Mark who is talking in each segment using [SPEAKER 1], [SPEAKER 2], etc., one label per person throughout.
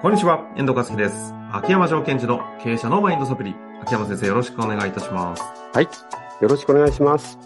[SPEAKER 1] こんにちは、遠藤和樹です。秋山条件時の経営者のマインドサプリ。秋山先生、よろしくお願いいたします。
[SPEAKER 2] はい。よろしくお願いします。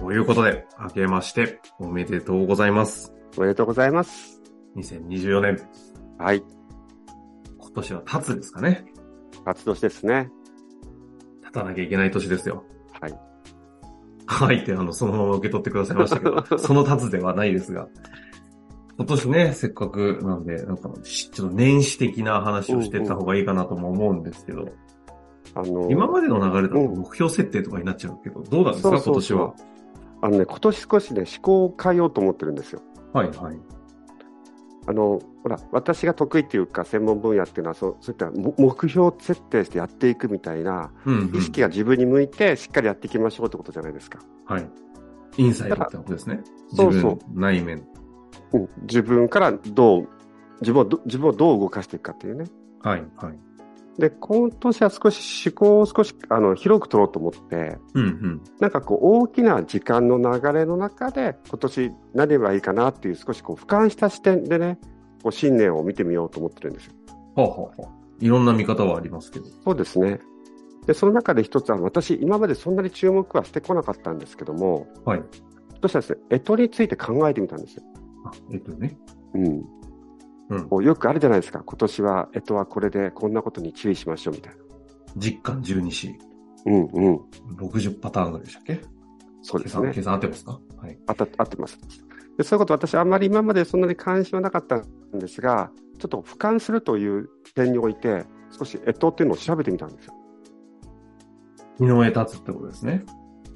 [SPEAKER 1] ということで、明けまして、おめでとうございます。
[SPEAKER 2] おめでとうございます。
[SPEAKER 1] 2024年、
[SPEAKER 2] はい。
[SPEAKER 1] 今年は経つですかね。
[SPEAKER 2] 活動ですね。
[SPEAKER 1] 経たなきゃいけない年ですよ。
[SPEAKER 2] はい。
[SPEAKER 1] はいって、あの、そのまま受け取ってくださいましたけど、 その経つではないですが。今年ね、せっかくなんで、なんか、しちょっと年始的な話をしてった方がいいかなとも思うんですけど、
[SPEAKER 2] あの
[SPEAKER 1] 今までの流れだと
[SPEAKER 2] うん
[SPEAKER 1] 目標設定とかになっちゃうけど、どうなんですか、
[SPEAKER 2] そうそうそう
[SPEAKER 1] 今
[SPEAKER 2] あのね、今年少しね、思考を変えようと思ってるんですよ。
[SPEAKER 1] 年は。はい、はい。
[SPEAKER 2] あの、ほら、私が得意っていうか、専門分野っていうのは、そう、そういったも目標設定してやっていくみたいな、
[SPEAKER 1] うん、うん
[SPEAKER 2] 意識が自分に向いて、しっかりやっていきましょうってことじゃないですか。
[SPEAKER 1] はい。インサイドってことですね。自
[SPEAKER 2] そうそう
[SPEAKER 1] 分、内面。
[SPEAKER 2] うん。自分からどう、自分をど、自分をどう動かしていくかっていうね。
[SPEAKER 1] はい、はい。
[SPEAKER 2] で、今年は少し思考を少し、あの、広く取ろうと思って、
[SPEAKER 1] うん、うん。
[SPEAKER 2] なんかこう大きな時間の流れの中で今年何がいいかなっていう少しこう俯瞰した視点でねこう新年を見てみようと思ってるんですよ。
[SPEAKER 1] ほうほうほう。いろんな見方はありますけど。
[SPEAKER 2] そうですねでその中で一つは私今までそんなに注目はしてこなかったんですけども
[SPEAKER 1] はい。
[SPEAKER 2] どうしたらですね干支について考えてみたんですよ。
[SPEAKER 1] あ、えっとね。
[SPEAKER 2] うん、
[SPEAKER 1] うん
[SPEAKER 2] こ。うよくあるじゃないですか今年は干支はこれでこんなことに注意しましょうみたいな。
[SPEAKER 1] 実感12子。
[SPEAKER 2] うんうん、
[SPEAKER 1] 60パターンぐらいでしたっけ
[SPEAKER 2] そう
[SPEAKER 1] 計
[SPEAKER 2] です
[SPEAKER 1] 算、
[SPEAKER 2] ね
[SPEAKER 1] 計算合ってますかはい。
[SPEAKER 2] あた合ってます。でそういうこと、私、あんまり今までそんなに関心はなかったんですが、ちょっと俯瞰するという点において、少し越冬っていうのを調べてみたんですよ。
[SPEAKER 1] 二の絵立つってことですね。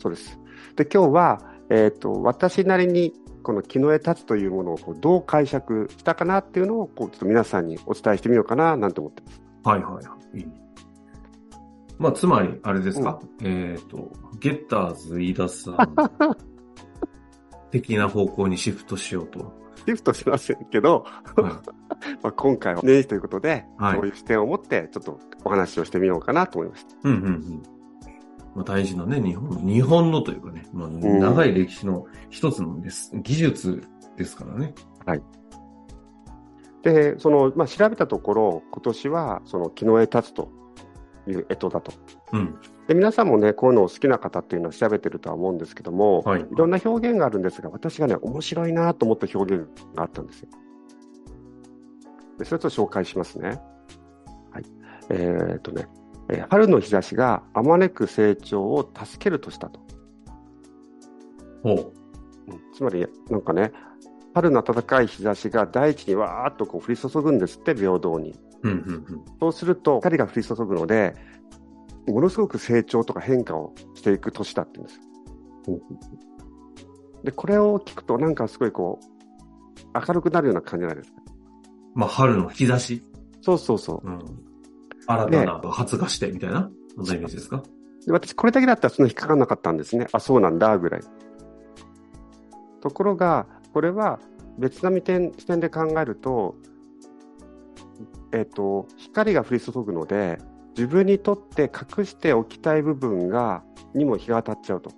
[SPEAKER 2] そうです。で、今日は、えっ、と、私なりに、この木の絵立つというものをこうどう解釈したかなっていうのを、こう、ちょっと皆さんにお伝えしてみようかな、なんて思ってます。
[SPEAKER 1] はいはいはい。いいまあ、つまり、あれですか、えっ、と、ゲッターズ飯田さん的な方向にシフトしようと。
[SPEAKER 2] シフトしませんけど、
[SPEAKER 1] は
[SPEAKER 2] まあ、今回は年始ということで、
[SPEAKER 1] はい
[SPEAKER 2] そういう視点を持って、ちょっとお話をしてみようかなと思いました。
[SPEAKER 1] うんうんうん。まあ、大事なね、日本、日本のというかね、まあ、
[SPEAKER 2] ん
[SPEAKER 1] 長い歴史の一つのです、技術ですからね。
[SPEAKER 2] で、その、まあ、調べたところ、今年は、その、木の絵立つという干支だと。
[SPEAKER 1] うん。
[SPEAKER 2] で、皆さんもね、こういうのを好きな方っていうのは調べてるとは思うんですけども、
[SPEAKER 1] はい。
[SPEAKER 2] いろんな表現があるんですが、私がね、面白いなと思った表現があったんですよ。でそれと紹介しますね。はい。えーっとね、えー春の日差しがあまねく成長を助けるとしたと。
[SPEAKER 1] ほう。
[SPEAKER 2] つまり、なんかね、春の暖かい日差しが大地にわーっとこう降り注ぐんですって、平等に。
[SPEAKER 1] うんうんうん。
[SPEAKER 2] そうすると、光が降り注ぐので、ものすごく成長とか変化をしていく年だって言うんです
[SPEAKER 1] ほう
[SPEAKER 2] で、これを聞くと、なんかすごいこう、明るくなるような感じじゃないですか。
[SPEAKER 1] まあ、春の日差し。
[SPEAKER 2] そうそうそう。
[SPEAKER 1] うん。新たな発芽して、みたいな、そんなイメージですか
[SPEAKER 2] で私、これだけだったらそんな引っかからなかったんですね。あ、そうなんだ、ぐらい。ところが、これは別な視点視点で考えると、えっと、光が降り注ぐので、自分にとって隠しておきたい部分が、にも日が当たっちゃうと。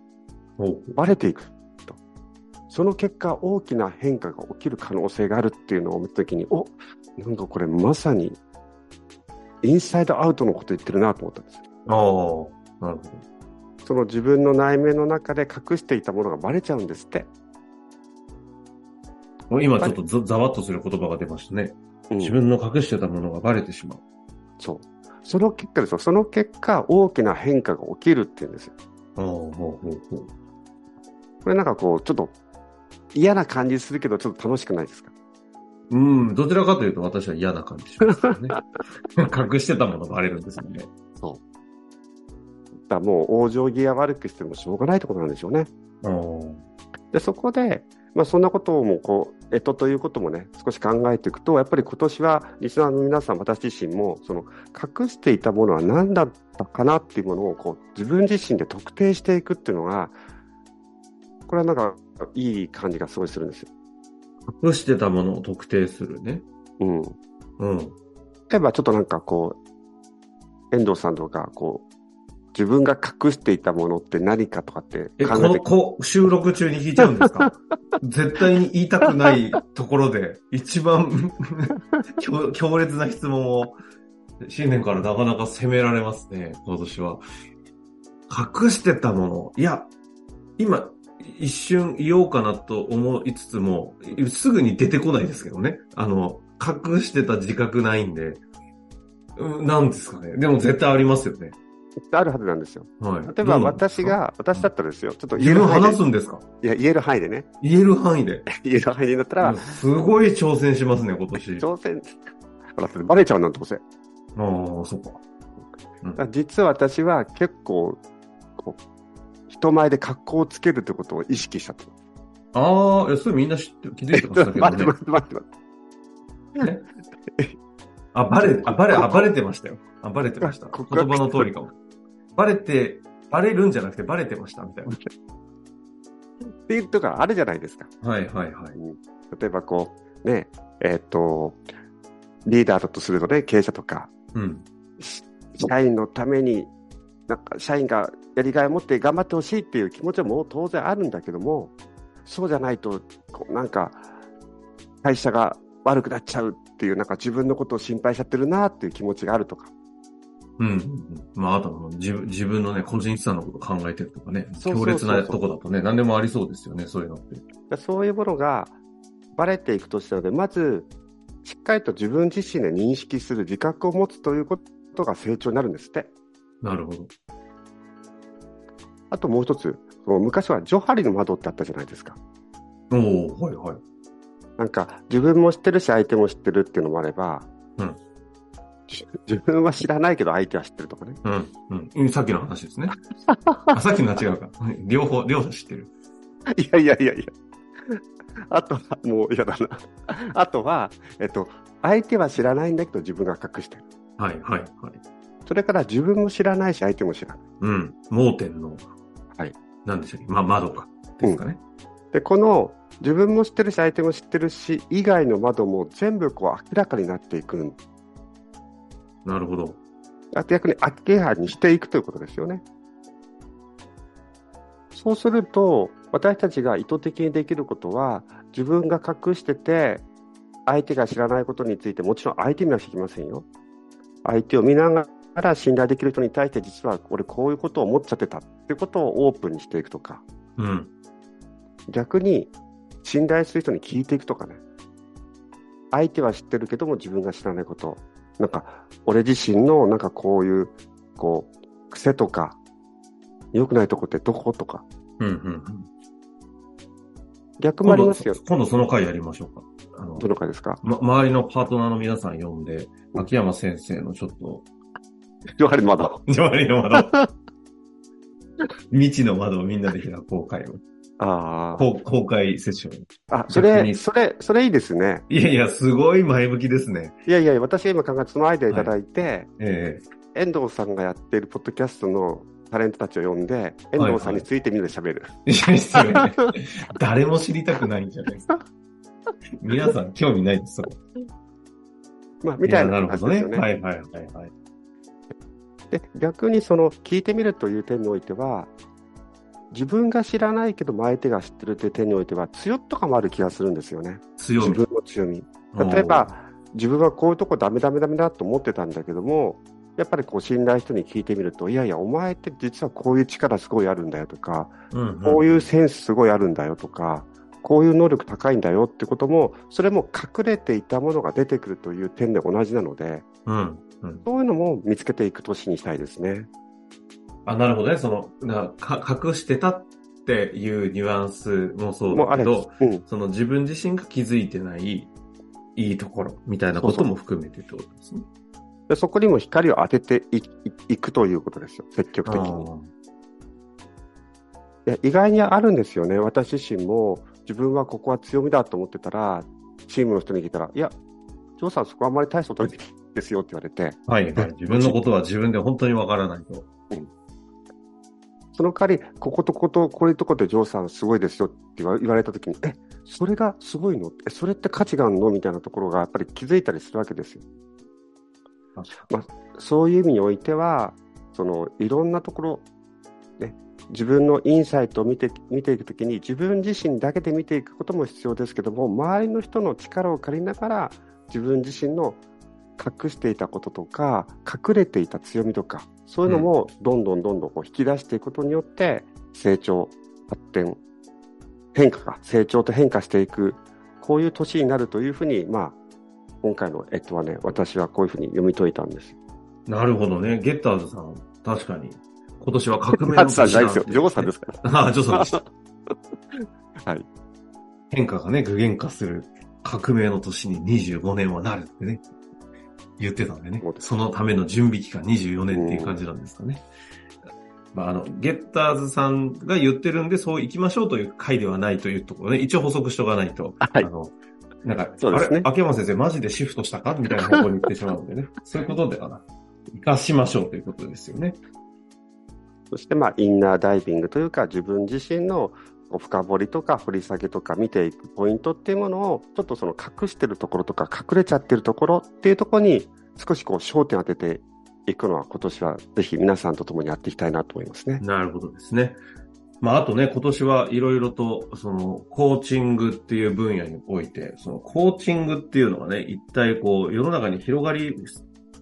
[SPEAKER 1] ほう。
[SPEAKER 2] バレていくと。その結果、大きな変化が起きる可能性があるっていうのを見たときに、おなんかこれまさに、インサイドアウトのこと言ってるなと思ったんですよ。
[SPEAKER 1] ああ、なるほど。
[SPEAKER 2] その自分の内面の中で隠していたものがバレちゃうんですって。
[SPEAKER 1] もう今ちょっとざざわっとする言葉が出ましたね。
[SPEAKER 2] うん
[SPEAKER 1] 自分の隠してたものがバレてしまう。
[SPEAKER 2] そう。その結果ですよ。その結果、大きな変化が起きるっていうんですよ。
[SPEAKER 1] ああ、ほうほうほう。
[SPEAKER 2] これなんかこう、ちょっと嫌な感じするけど、ちょっと楽しくないですか
[SPEAKER 1] うん、どちらかというと私は嫌な感じしますよね。隠してたものバレるんですよね。
[SPEAKER 2] だからもう、往生際悪くしてもしょうがないってことなんでしょうね。
[SPEAKER 1] あ
[SPEAKER 2] で、そこで、まあ、そんなことをもうこう、えっとということもね、少し考えていくと、やっぱり今年は、リスナーの皆さん、私自身も、その、隠していたものは何だったかなっていうものを、こう、自分自身で特定していくっていうのが、これはなんか、いい感じがすごいするんですよ。
[SPEAKER 1] あ。隠してたものを特定するね。
[SPEAKER 2] うん。例
[SPEAKER 1] うん。
[SPEAKER 2] えば、ちょっとなんかこう、遠藤さんとか、こう、自分が隠していたものって何かとかって
[SPEAKER 1] え、こ
[SPEAKER 2] 考え
[SPEAKER 1] の
[SPEAKER 2] て、
[SPEAKER 1] こ収録中に聞いちゃうんですか絶対に言いたくないところで、一番強強烈な質問を、新年からなかなか責められますね、今年は。隠してたもの。いや、今、一瞬言おうかなと思いつつも、すぐに出てこないですけどね。あの、隠してた自覚ないんで、うんなんですかね。でも絶対ありますよね。
[SPEAKER 2] あるはずなんですよ。
[SPEAKER 1] はい。
[SPEAKER 2] 例えば
[SPEAKER 1] どうなんです
[SPEAKER 2] 私
[SPEAKER 1] か、
[SPEAKER 2] が、私だったらですよ、ちょっと言え
[SPEAKER 1] 自
[SPEAKER 2] る
[SPEAKER 1] 分
[SPEAKER 2] 範囲
[SPEAKER 1] 話
[SPEAKER 2] です
[SPEAKER 1] んですか
[SPEAKER 2] いや言える範囲でね、
[SPEAKER 1] 言える範囲で。
[SPEAKER 2] 言える範囲でだった
[SPEAKER 1] う
[SPEAKER 2] ら
[SPEAKER 1] ん、すごい挑戦しますね、今年。あ
[SPEAKER 2] 挑戦、ほら、それバレちゃうなんてこせ。だか
[SPEAKER 1] あ、そっか。
[SPEAKER 2] ら実は私は結構、こう、人前で格好をつけるってことを意識したと。
[SPEAKER 1] ああ、いや、それみんな知って、気づいてま
[SPEAKER 2] ちょ
[SPEAKER 1] し
[SPEAKER 2] った
[SPEAKER 1] け
[SPEAKER 2] と
[SPEAKER 1] ど
[SPEAKER 2] 待って
[SPEAKER 1] ね。
[SPEAKER 2] 待って待って待って。
[SPEAKER 1] あ、バレ、あ、バレ、あ、バレてましたよ。あ、バレてました。言
[SPEAKER 2] 告白
[SPEAKER 1] 葉の通りかも。バレて、バレるんじゃなくてバレてました、みたい
[SPEAKER 2] っていうとかあるじゃないですか。
[SPEAKER 1] な。はいはいはい。
[SPEAKER 2] 例えばこう、ね、えっ、と、リーダーだとするとね、経営者とか、
[SPEAKER 1] うん。
[SPEAKER 2] 社員のために、なんか社員がやりがいを持って頑張ってほしいっていう気持ちはもう当然あるんだけども、そうじゃないと、こうなんか、会社が悪くなっちゃうっていう、なんか自分のことを心配しちゃってるなっていう気持ちがあるとか、
[SPEAKER 1] うんうんうん。まあ、あとはもう自分、自分のね、個人資産のこと考えてるとかね、
[SPEAKER 2] そうそうそう
[SPEAKER 1] 強烈なとこだとね、何でもありそうですよね、そういうのって。
[SPEAKER 2] そういうものがバレていくとしたので、まず、しっかりと自分自身で認識する自覚を持つということが成長になるんですって。
[SPEAKER 1] なるほど。
[SPEAKER 2] あともう一つ、その昔はジョハリの窓ってあったじゃないですか。
[SPEAKER 1] おおはいはい。
[SPEAKER 2] なんか、自分も知ってるし、相手も知ってるっていうのもあれば、
[SPEAKER 1] うん
[SPEAKER 2] じ自分は知らないけど、相手は知ってるとかね。
[SPEAKER 1] うん、うん。さっきの話ですね。あ、さっきのは違うか。はい両方、両者知ってる。
[SPEAKER 2] いやいやいやいや。あとは、もう嫌だな。あとは、えっと、相手は知らないんだけど、自分が隠してる。
[SPEAKER 1] はいはいはい。
[SPEAKER 2] それから自分も知らないし、相手も知らない。
[SPEAKER 1] うん。盲点の、
[SPEAKER 2] はい。
[SPEAKER 1] なんでしたっけま、窓か。ですかね。
[SPEAKER 2] で、この、自分も知ってるし、相手も知ってるし、以外の窓も全部こう明らかになっていく。
[SPEAKER 1] なるほど。
[SPEAKER 2] あと逆に明らかにしていくということですよね。そうすると、私たちが意図的にできることは、自分が隠してて、相手が知らないことについて、もちろん相手には聞きませんよ。相手を見ながら信頼できる人に対して、実は俺こういうことを思っちゃってたっていうことをオープンにしていくとか、
[SPEAKER 1] うん。
[SPEAKER 2] 逆に信頼する人に聞いていくとかね。相手は知ってるけども自分が知らないこと。なんか、俺自身のなんかこういう、こう、癖とか、良くないとこってどことか。
[SPEAKER 1] うん、うんうん。
[SPEAKER 2] 逆もありますよ。
[SPEAKER 1] 今度その回やりましょうか。あの
[SPEAKER 2] ど、のかですか
[SPEAKER 1] ま、周りのパートナーの皆さん呼んで、秋山先生のちょっと、
[SPEAKER 2] やはりまだ。
[SPEAKER 1] 周りの窓。未知の窓をみんなで開こう会を。
[SPEAKER 2] あ
[SPEAKER 1] こう公開セッション。
[SPEAKER 2] あ。あ、そ
[SPEAKER 1] 逆
[SPEAKER 2] れ、
[SPEAKER 1] に
[SPEAKER 2] それ、それいいですね。
[SPEAKER 1] いやいや、すごい前向きですね。
[SPEAKER 2] いやいや、私が今考えてそのアイデアいただいて、
[SPEAKER 1] ええ
[SPEAKER 2] 遠藤さんがやっているポッドキャストのタレントたちを呼んで、遠藤さんについてみんなで喋る。
[SPEAKER 1] いやですよね。 誰も知りたくないんじゃないですか。皆さん興味ないです、そこ。
[SPEAKER 2] ま あ、みたい
[SPEAKER 1] や
[SPEAKER 2] な
[SPEAKER 1] なる
[SPEAKER 2] 感じ
[SPEAKER 1] ほど
[SPEAKER 2] で
[SPEAKER 1] ね。
[SPEAKER 2] すよね。
[SPEAKER 1] はいはいはいはい。
[SPEAKER 2] で逆にその聞いてみるという点においては自分が知らないけど相手が知ってるという点においては強っとかもある気がするんですよね
[SPEAKER 1] 強
[SPEAKER 2] 自
[SPEAKER 1] み。
[SPEAKER 2] 分の強み例えば自分はこういうとこダメダメダメだと思ってたんだけどもやっぱりこう信頼人に聞いてみるといやいやお前って実はこういう力すごいあるんだよとか
[SPEAKER 1] おー、うんうん
[SPEAKER 2] こういうセンスすごいあるんだよとかこういう能力高いんだよってこともそれも隠れていたものが出てくるという点で同じなので
[SPEAKER 1] うん。
[SPEAKER 2] そういうのも見つけていく年にしたいですね。
[SPEAKER 1] あ、なるほどね。その、なか隠してたっていうニュアンスもそう
[SPEAKER 2] もう
[SPEAKER 1] だ
[SPEAKER 2] あ
[SPEAKER 1] け
[SPEAKER 2] れです
[SPEAKER 1] ど、。
[SPEAKER 2] うん
[SPEAKER 1] その自分自身が気づいてないいいところみたいなことも含めてってことですね。
[SPEAKER 2] でそこにも光を当てていいいくということですよ、積極的
[SPEAKER 1] あ
[SPEAKER 2] に。
[SPEAKER 1] ー
[SPEAKER 2] いや意外にあるんですよね、私自身も自分はここは強みだと思ってたら、チームの人に聞いたら、いや、ジョーさん、そこはあんまり大したことないですよって言われて、
[SPEAKER 1] はいはい。自分のことは自分で本当にわからないと。
[SPEAKER 2] その代わり、こことここと、こういうとこでジョーさん、すごいですよって言わ言われたときに、えそれがすごいのえそれって価値があるのみたいなところがやっぱり気づいたりするわけですよ。
[SPEAKER 1] あ
[SPEAKER 2] まあ、そういう意味においては、そのいろんなところ、ね、自分のインサイトを見て見ていくときに自分自身だけで見ていくことも必要ですけども周りの人の力を借りながら自分自身の隠していたこととか隠れていた強みとかそういうのもどんどんどんどんこう引き出していくことによって成長発展変化が成長と変化していくこういう年になるというふうに、まあ、今回のえっとはね私はこういうふうに読み解いたんです。
[SPEAKER 1] なるほどね。ゲッターズさん、確かに。今年は革命の
[SPEAKER 2] ハ
[SPEAKER 1] 年
[SPEAKER 2] ツさんじゃない
[SPEAKER 1] な
[SPEAKER 2] です
[SPEAKER 1] て
[SPEAKER 2] よ。 ジョーさんですから。
[SPEAKER 1] ああ、ジョーさんでした。
[SPEAKER 2] はい。
[SPEAKER 1] 変化がね、具現化する革命の年に25年はなるってね、言ってたんでね
[SPEAKER 2] そう。です
[SPEAKER 1] そのための準備期間24年っていう感じなんですかね。まあ、あの、ゲッターズさんが言ってるんで、そう行きましょうという回ではないというところね、一応補足しとかないと。
[SPEAKER 2] はい
[SPEAKER 1] あの、なんか、
[SPEAKER 2] そうですね
[SPEAKER 1] あれ、秋山先生マジでシフトしたかみたいな方向に行ってしまうのでね。そういうことではな。生かしましょうということですよね。
[SPEAKER 2] そして、まあ、インナーダイビングというか、自分自身のこう深掘りとか掘り下げとか見ていくポイントっていうものを、ちょっとその隠してるところとか、隠れちゃってるところっていうところに、少しこう焦点を当てていくのは、今年はぜひ皆さんと共にやっていきたいなと思いますね。
[SPEAKER 1] なるほどですね。まあ、あとね、今年はいろいろと、その、コーチングっていう分野において、その、コーチングっていうのがね、一体こう、世の中に広がり、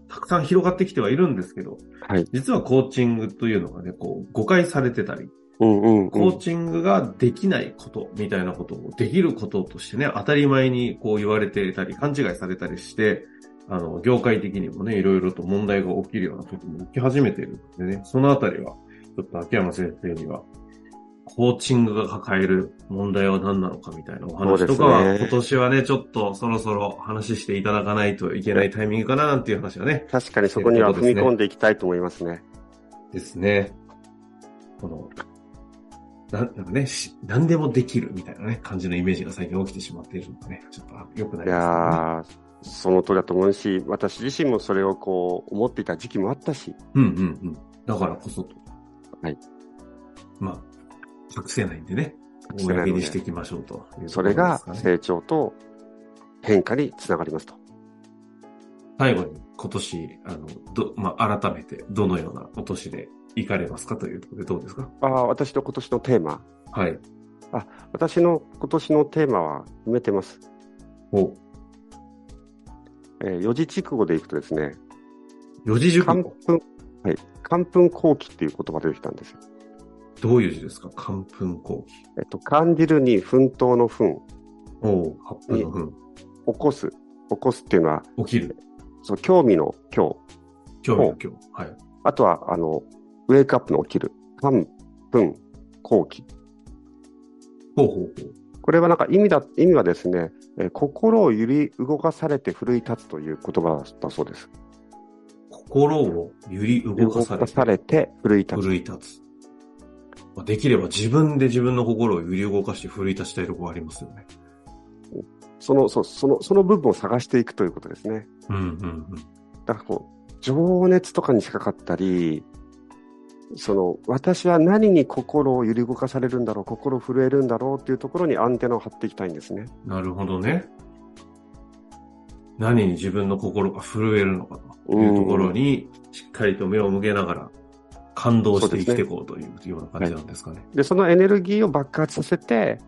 [SPEAKER 1] たくさん広がってきてはいるんですけど、
[SPEAKER 2] はい。
[SPEAKER 1] 実はコーチングというのがね、こう、誤解されてたり、
[SPEAKER 2] うんうん、う
[SPEAKER 1] コー
[SPEAKER 2] ん。
[SPEAKER 1] チングができないことみたいなことをできることとしてね、当たり前にこう言われていたり、勘違いされたりして、あの、業界的にもね、いろいろと問題が起きるようなことも起き始めてるんでね、そのあたりは、ちょっと秋山先生には、コーチングが抱える問題は何なのかみたいなお話とか
[SPEAKER 2] そう
[SPEAKER 1] は、
[SPEAKER 2] ですね
[SPEAKER 1] 今年はね、ちょっとそろそろ話していただかないといけないタイミングかななんていう話はね、
[SPEAKER 2] 確かにそこには踏み込んでいきたいと思いますね。
[SPEAKER 1] ですね。この、ななんかね、し何でもできるみたいなね、感じのイメージが最近起きてしまっているのでね、ちょっとあ良くないです
[SPEAKER 2] い
[SPEAKER 1] ね。
[SPEAKER 2] やー、その通りだと思うし、私自身もそれをこう思っていた時期もあったし、
[SPEAKER 1] うんうんうん。だからこそと。
[SPEAKER 2] はい。
[SPEAKER 1] まあ、隠せないんでね、
[SPEAKER 2] 隠せないので
[SPEAKER 1] 公にしていきましょうというところです
[SPEAKER 2] それが
[SPEAKER 1] かね
[SPEAKER 2] 成長と変化につながりますと。
[SPEAKER 1] 最後に今年、あの、ど、まあ、改めてどのようなお年で行かれますかということでどうですか
[SPEAKER 2] ああ、私の今年のテーマ。
[SPEAKER 1] はい。
[SPEAKER 2] 私の今年のテーマは決めてます。
[SPEAKER 1] お、
[SPEAKER 2] えー四字熟語でいくとですね、
[SPEAKER 1] 四字熟
[SPEAKER 2] 漢
[SPEAKER 1] 語。
[SPEAKER 2] 文、はい、漢文後期っていう言葉でできたんですよ。
[SPEAKER 1] どういう字ですか漢文後期。
[SPEAKER 2] えっと、感じるに奮闘の奮、
[SPEAKER 1] おう、八分の分。
[SPEAKER 2] 起こす、起こすっていうのは、
[SPEAKER 1] 起きる。
[SPEAKER 2] その興味の今日、
[SPEAKER 1] 興味の今日。はい。
[SPEAKER 2] あとは、あの、ウェイクアップの起きる、漢文後期。
[SPEAKER 1] ほうほうほう。
[SPEAKER 2] これはなんか意味だ、意味はですね、えー心を揺り動かされて奮い立つという言葉だったそうです。
[SPEAKER 1] 心を揺り動か
[SPEAKER 2] 動
[SPEAKER 1] され
[SPEAKER 2] か
[SPEAKER 1] て
[SPEAKER 2] されて奮い立つ。
[SPEAKER 1] 奮い立つ。まあできれば自分で自分の心を揺り動かして奮い立ちたいところありますよね。
[SPEAKER 2] その、そう、その、その部分を探していくということですね。
[SPEAKER 1] うんうんうん。
[SPEAKER 2] だからこう、情熱とかに近かったり、その、私は何に心を揺り動かされるんだろう、心震えるんだろうっていうところにアンテナを張っていきたいんですね。
[SPEAKER 1] なるほどね。何に自分の心が震えるのかというところに、しっかりと目を向けながら、感動して生きていこうというような感じなんですかね。
[SPEAKER 2] で、そのエネルギーを爆発させて、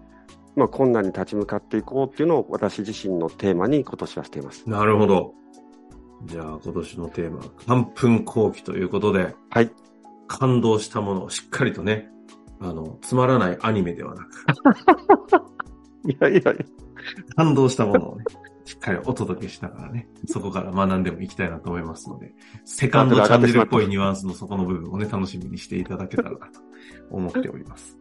[SPEAKER 2] まあ、困難に立ち向かっていこうっていうのを私自身のテーマに今年はしています。
[SPEAKER 1] なるほど。じゃあ今年のテーマは、半分後期ということで、
[SPEAKER 2] はい。
[SPEAKER 1] 感動したものをしっかりとね、あの、つまらないアニメではなく、
[SPEAKER 2] いやいやいや。
[SPEAKER 1] 感動したものを ね、しっかりお届けしながらね、そこから学んでもいきたいなと思いますので、セカンドチャンネルっぽいニュアンスのそこの部分をね、楽しみにしていただけたらなと思っております。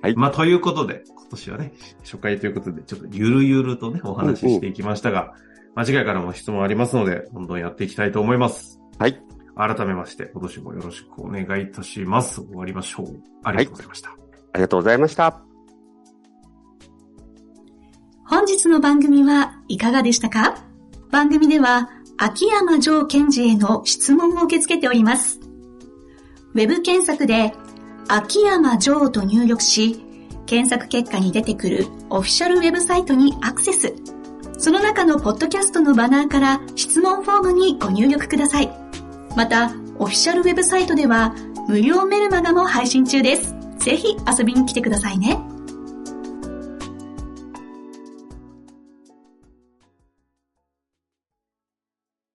[SPEAKER 2] はい
[SPEAKER 1] まあ、ということで、今年はね、初回ということで、ちょっとゆるゆるとね、お話ししていきましたが、間違いからも質問ありますので、どんどんやっていきたいと思います。
[SPEAKER 2] はい。
[SPEAKER 1] 改めまして、今年もよろしくお願いいたします。終わりましょう。ありがとうございました。
[SPEAKER 2] ありがとうございました。
[SPEAKER 3] 本日の番組はいかがでしたか番組では秋山城賢治への質問を受け付けております。ウェブ検索で秋山城と入力し、検索結果に出てくるオフィシャルウェブサイトにアクセス。その中のポッドキャストのバナーから質問フォームにご入力ください。また、オフィシャルウェブサイトでは無料メルマガも配信中です。ぜひ遊びに来てくださいね。